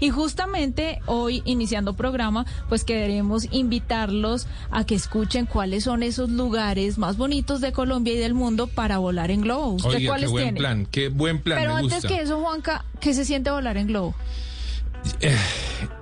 Y justamente hoy, iniciando programa, pues queremos invitarlos a que escuchen cuáles son esos lugares más bonitos de Colombia y del mundo para volar en globo. ¿Usted Oiga, qué cuáles buen tiene? plan, qué buen plan. Pero me antes gusta. que eso, Juanca, ¿qué se siente volar en globo?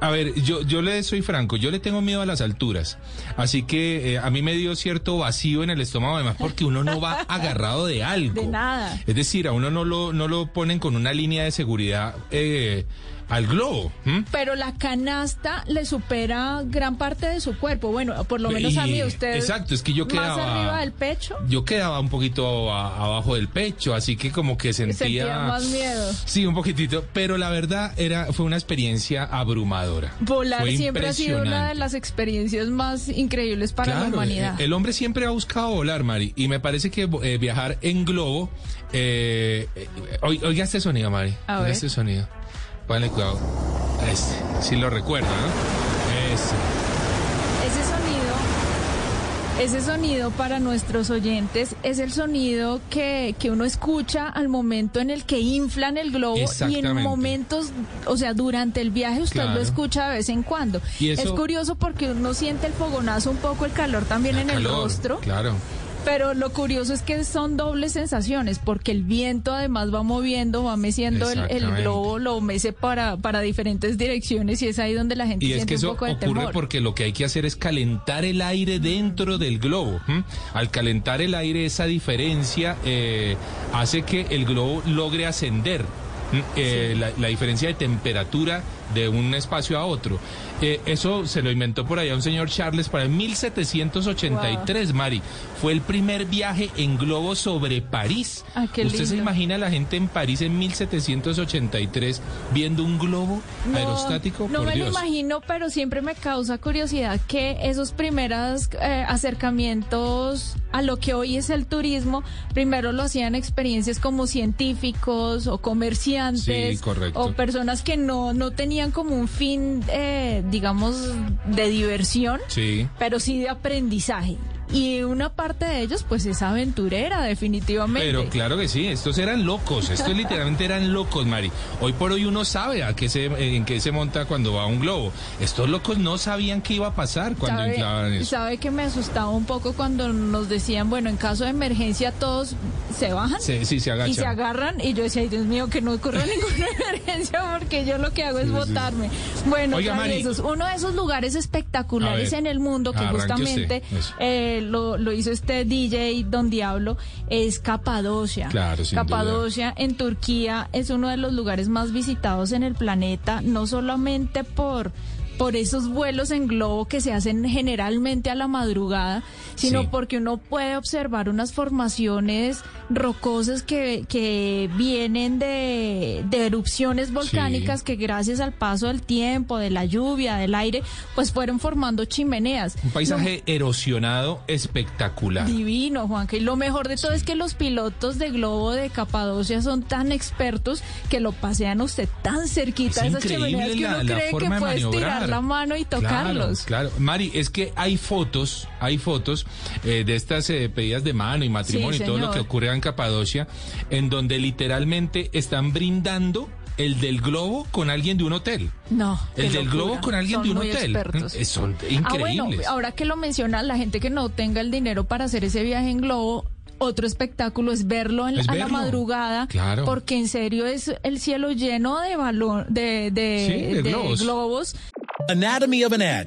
A ver, yo, yo le soy franco, yo le tengo miedo a las alturas. Así que eh, a mí me dio cierto vacío en el estómago, además, porque uno no va agarrado de algo. De nada. Es decir, a uno no lo, no lo ponen con una línea de seguridad eh, al globo. ¿m? Pero la canasta le supera gran parte de su cuerpo. Bueno, por lo menos a mí, Y- usted. Exacto, es que yo quedaba. Más arriba del pecho. Yo quedaba un poquito a- abajo del pecho, así que como que sentía. Sentía más miedo. Sí, un poquitito, pero la verdad era fue una experiencia abrumadora. Volar Fue siempre ha sido una de impresionante. las experiencias más increíbles para la Claro, humanidad. eh, El hombre siempre ha buscado volar, Mari, y me parece que eh, viajar en globo. Eh, eh, oi- oiga este sonido, Mari. A Oiga ver. este sonido. Póngale cuidado. Este, sí lo recuerdo, ¿no? Este, Ese. Ese sonido, ese sonido para nuestros oyentes es el sonido que, que uno escucha al momento en el que inflan el globo y en Exactamente. momentos, o sea, durante el viaje usted lo Claro. escucha de vez en cuando. Y eso- es curioso porque uno siente el fogonazo, un poco el calor también en el Calor, rostro. Claro. Pero lo curioso es que son dobles sensaciones, porque el viento además va moviendo, va meciendo el, el Exactamente. globo, lo mece para, para diferentes direcciones y es ahí donde la gente Y siente es que un eso poco ocurre de temor. porque lo que hay que hacer es calentar el aire dentro del globo. ¿m? Al calentar el aire, esa diferencia eh, hace que el globo logre ascender. ¿m? Eh, la, la diferencia de temperatura de un espacio a otro. Eh, eso se lo inventó por allá un señor Charles para 1783, Mari. Fue el primer viaje en globo sobre París. Ah, qué ¿Usted se lindo. imagina a la gente en París en 1783 viendo un globo aerostático? No Por me lo Dios. imagino, pero siempre me causa curiosidad que esos primeros acercamientos a lo que hoy es el turismo, primero lo hacían experiencias como científicos o comerciantes Sí, correcto. o personas que no, no tenían como un fin, eh, digamos, de diversión. Sí. pero sí de aprendizaje. Y una parte de ellos, pues es aventurera, definitivamente. Pero claro que sí, estos eran locos, estos literalmente eran locos, Mari. Hoy por hoy uno sabe a qué se, en qué se monta cuando va a un globo. Estos locos no sabían qué iba a pasar cuando inflaban ¿Sabe, eso. sabe que me asustaba un poco cuando nos decían, bueno, en caso de emergencia todos se bajan Se- sí, se agachan. y se agarran. Y yo decía, ay, Dios mío, que no ocurra ninguna emergencia porque yo lo que hago es Sí, sí, sí. botarme. Bueno, Oiga, Mari. traviesos, uno de esos lugares espectaculares A en ver, el mundo que arranque justamente usted, eso. eh, lo, lo hizo este DJ Don Diablo es Capadocia. Claro, sin duda. Capadocia. Rusia, en Turquía es uno de los lugares más visitados en el planeta, no solamente por por esos vuelos en globo que se hacen generalmente a la madrugada, sino Sí. porque uno puede observar unas formaciones rocosas que, que vienen de, de erupciones volcánicas que gracias al paso del tiempo, de la lluvia, del aire, pues fueron formando chimeneas. Un paisaje erosionado espectacular. Divino, Juanca. Y lo mejor de todo es que los pilotos de globo de Capadocia son tan expertos que lo pasean a usted tan cerquita Es de esas increíble chimeneas que la- uno la cree que forma de puedes maniobrar. tirar la mano y tocarlos. Claro, claro. Mari, es que hay fotos, hay fotos eh, de estas eh, pedidas de mano y matrimonio Sí, y todo lo que señor. ocurre en Capadocia, en donde literalmente están brindando el del globo con alguien de un hotel. No. El qué del locura. globo con alguien Son de un muy hotel. expertos. Eh, Son Ah, bueno, increíbles. ahora que lo menciona, la gente que no tenga el dinero para hacer ese viaje en globo. Otro espectáculo es verlo en- Es a la verlo. madrugada, Claro. porque en serio es el cielo lleno de balón, de, de- Sí, de globos. globos Anatomy of an ad.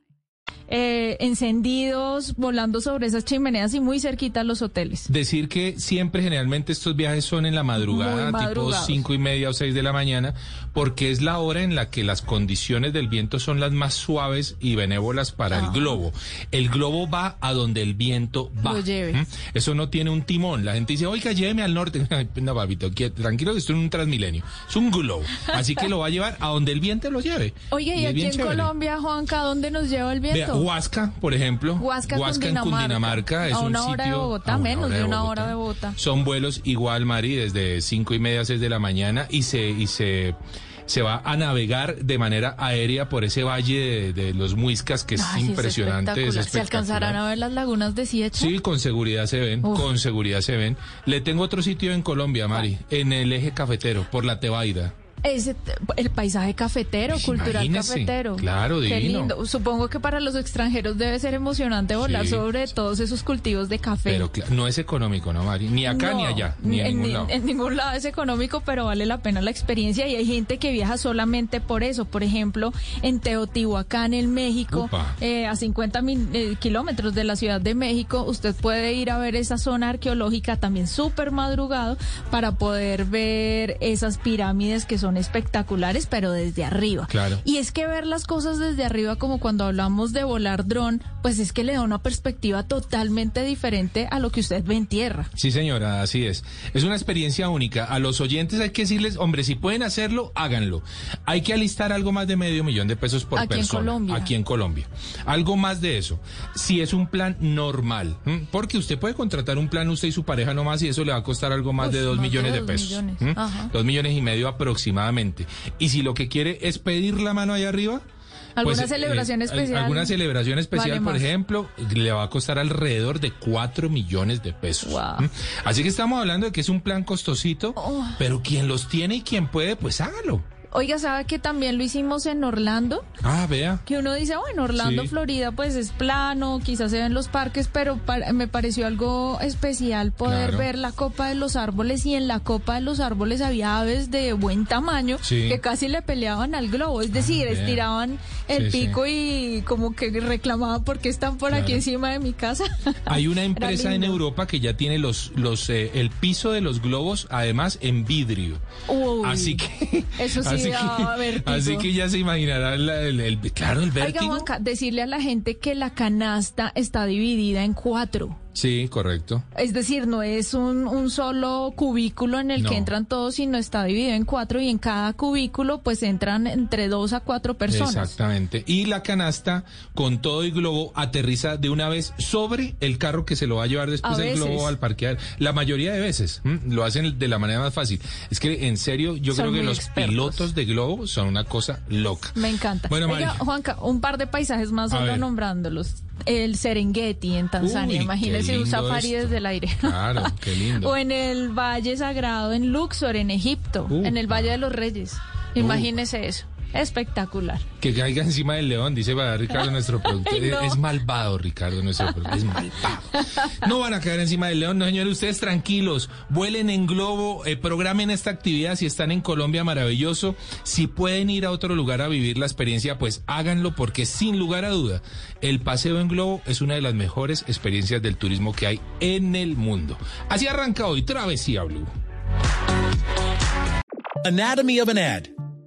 eh, encendidos, volando sobre esas chimeneas y muy cerquita a los hoteles. Decir que siempre generalmente estos viajes son en la madrugada, Muy tipo madrugados. cinco y media o seis de la mañana, porque es la hora en la que las condiciones del viento son las más suaves y benévolas para Ah. el globo. El globo va a donde el viento va. Lo lleve. ¿Mm? Eso no tiene un timón. La gente dice, oiga, lléveme al norte. Ay, pues, no, papito, quie- tranquilo que estoy en un transmilenio. Es un globo. Así que lo va a llevar a donde el viento lo lleve. Oye, y, es aquí bien en chévere. Colombia, Juanca, ¿a ¿dónde nos lleva el Vea, viento? Huasca, por ejemplo. Huasca, en Cundinamarca. Cundinamarca es A una un hora de sitio- Bogotá, a una menos de una hora de Bogotá. Son vuelos igual, Mari, desde cinco y media a 6 de la mañana y se y se se va a navegar de manera aérea por ese valle de, de los Muiscas que es Ay, impresionante, es espectacular. ¿Se alcanzarán espectacular. a ver las lagunas de Siecha? Sí, con seguridad se ven, Uf. con seguridad se ven. Le tengo otro sitio en Colombia, Mari, en el eje cafetero, por la Tebaida. Ese, t- el paisaje cafetero, Pues cultural imagínese, cafetero. claro, Qué divino. lindo. Supongo que para los extranjeros debe ser emocionante volar Sí. sobre todos esos cultivos de café. Pero cla- no es económico, ¿no, Mari? Ni acá ni No, allá, ni en, en, ningún ni- lado. en ningún lado es económico, pero vale la pena la experiencia y hay gente que viaja solamente por eso. Por ejemplo, en Teotihuacán, en México, Upa. eh, a 50 mil, eh, kilómetros de la Ciudad de México, usted puede ir a ver esa zona arqueológica también súper madrugado para poder ver esas pirámides que son espectaculares, pero desde arriba. Claro. Y es que ver las cosas desde arriba, como cuando hablamos de volar dron, pues es que le da una perspectiva totalmente diferente a lo que usted ve en tierra. Sí, señora, así es. Es una experiencia única. A los oyentes hay que decirles, hombre, si pueden hacerlo, háganlo. Hay que alistar algo más de medio millón de pesos por Aquí en persona. Colombia. Aquí en Colombia. Algo más de eso. Si es un plan normal, ¿m? porque usted puede contratar un plan usted y su pareja nomás y eso le va a costar algo más Uf, de Pues, dos más de millones de, dos pesos. millones. ¿m? Ajá. Dos millones y medio aproximadamente. Y si lo que quiere es pedir la mano ahí arriba. ¿Alguna pues, eh, celebración al- especial? Alguna celebración especial, Vale por más. ejemplo, le va a costar alrededor de cuatro millones de pesos. Guau. ¿m? Así que estamos hablando de que es un plan costosito, Oh. pero quien los tiene y quien puede, pues hágalo. Oiga, ¿sabe que también lo hicimos en Orlando? Ah, vea. Que uno dice, bueno, Orlando, Sí. Florida, pues es plano, quizás se ven los parques, pero pa- me pareció algo especial poder Claro. ver la copa de los árboles y en la copa de los árboles había aves de buen tamaño Sí. que casi le peleaban al globo, es decir, vea. estiraban el Sí, sí. pico y como que reclamaban por qué están por aquí Claro. encima de mi casa. Hay una Era empresa en lindo. Europa que ya tiene los, los, eh, el piso de los globos, además en vidrio. Uy, así que. eso sí así, daba que, vértigo. así que ya se imaginará la- el, el- claro, el Oiga, vértigo. Juanca, decirle a la gente que la canasta está dividida en cuatro. sí, correcto. Es decir, no es un, un solo cubículo en el No. que entran todos, sino está dividido en cuatro y en cada cubículo pues entran entre dos a cuatro personas. Exactamente. Y la canasta con todo y globo aterriza de una vez sobre el carro que se lo va a llevar después A el globo veces. al parquear. La mayoría de veces ¿m? lo hacen de la manera más fácil. Es que en serio yo Son creo que muy los expertos. pilotos de globo son una cosa loca. Me encanta. Bueno, Oiga, Mari. Juanca, un par de paisajes más A solo ver. nombrándolos. El Serengeti en Uy, Tanzania, qué imagínese un lindo safari esto. desde el aire. Claro, qué lindo. o en el Valle Sagrado en Luxor, en Egipto, Uh. en el Valle de los Reyes. Imagínese eso. Espectacular. Que caiga encima del león, dice para Ricardo nuestro productor. Ay, no. Es malvado, Ricardo nuestro productor. Es malvado. No van a caer encima del león, no señores, ustedes tranquilos. Vuelen en globo, eh, programen esta actividad. Si están en Colombia, maravilloso. Si pueden ir a otro lugar a vivir la experiencia, pues háganlo porque sin lugar a duda, el paseo en globo es una de las mejores experiencias del turismo que hay en el mundo. Así arranca hoy Travesía Blue. Anatomy of an ad.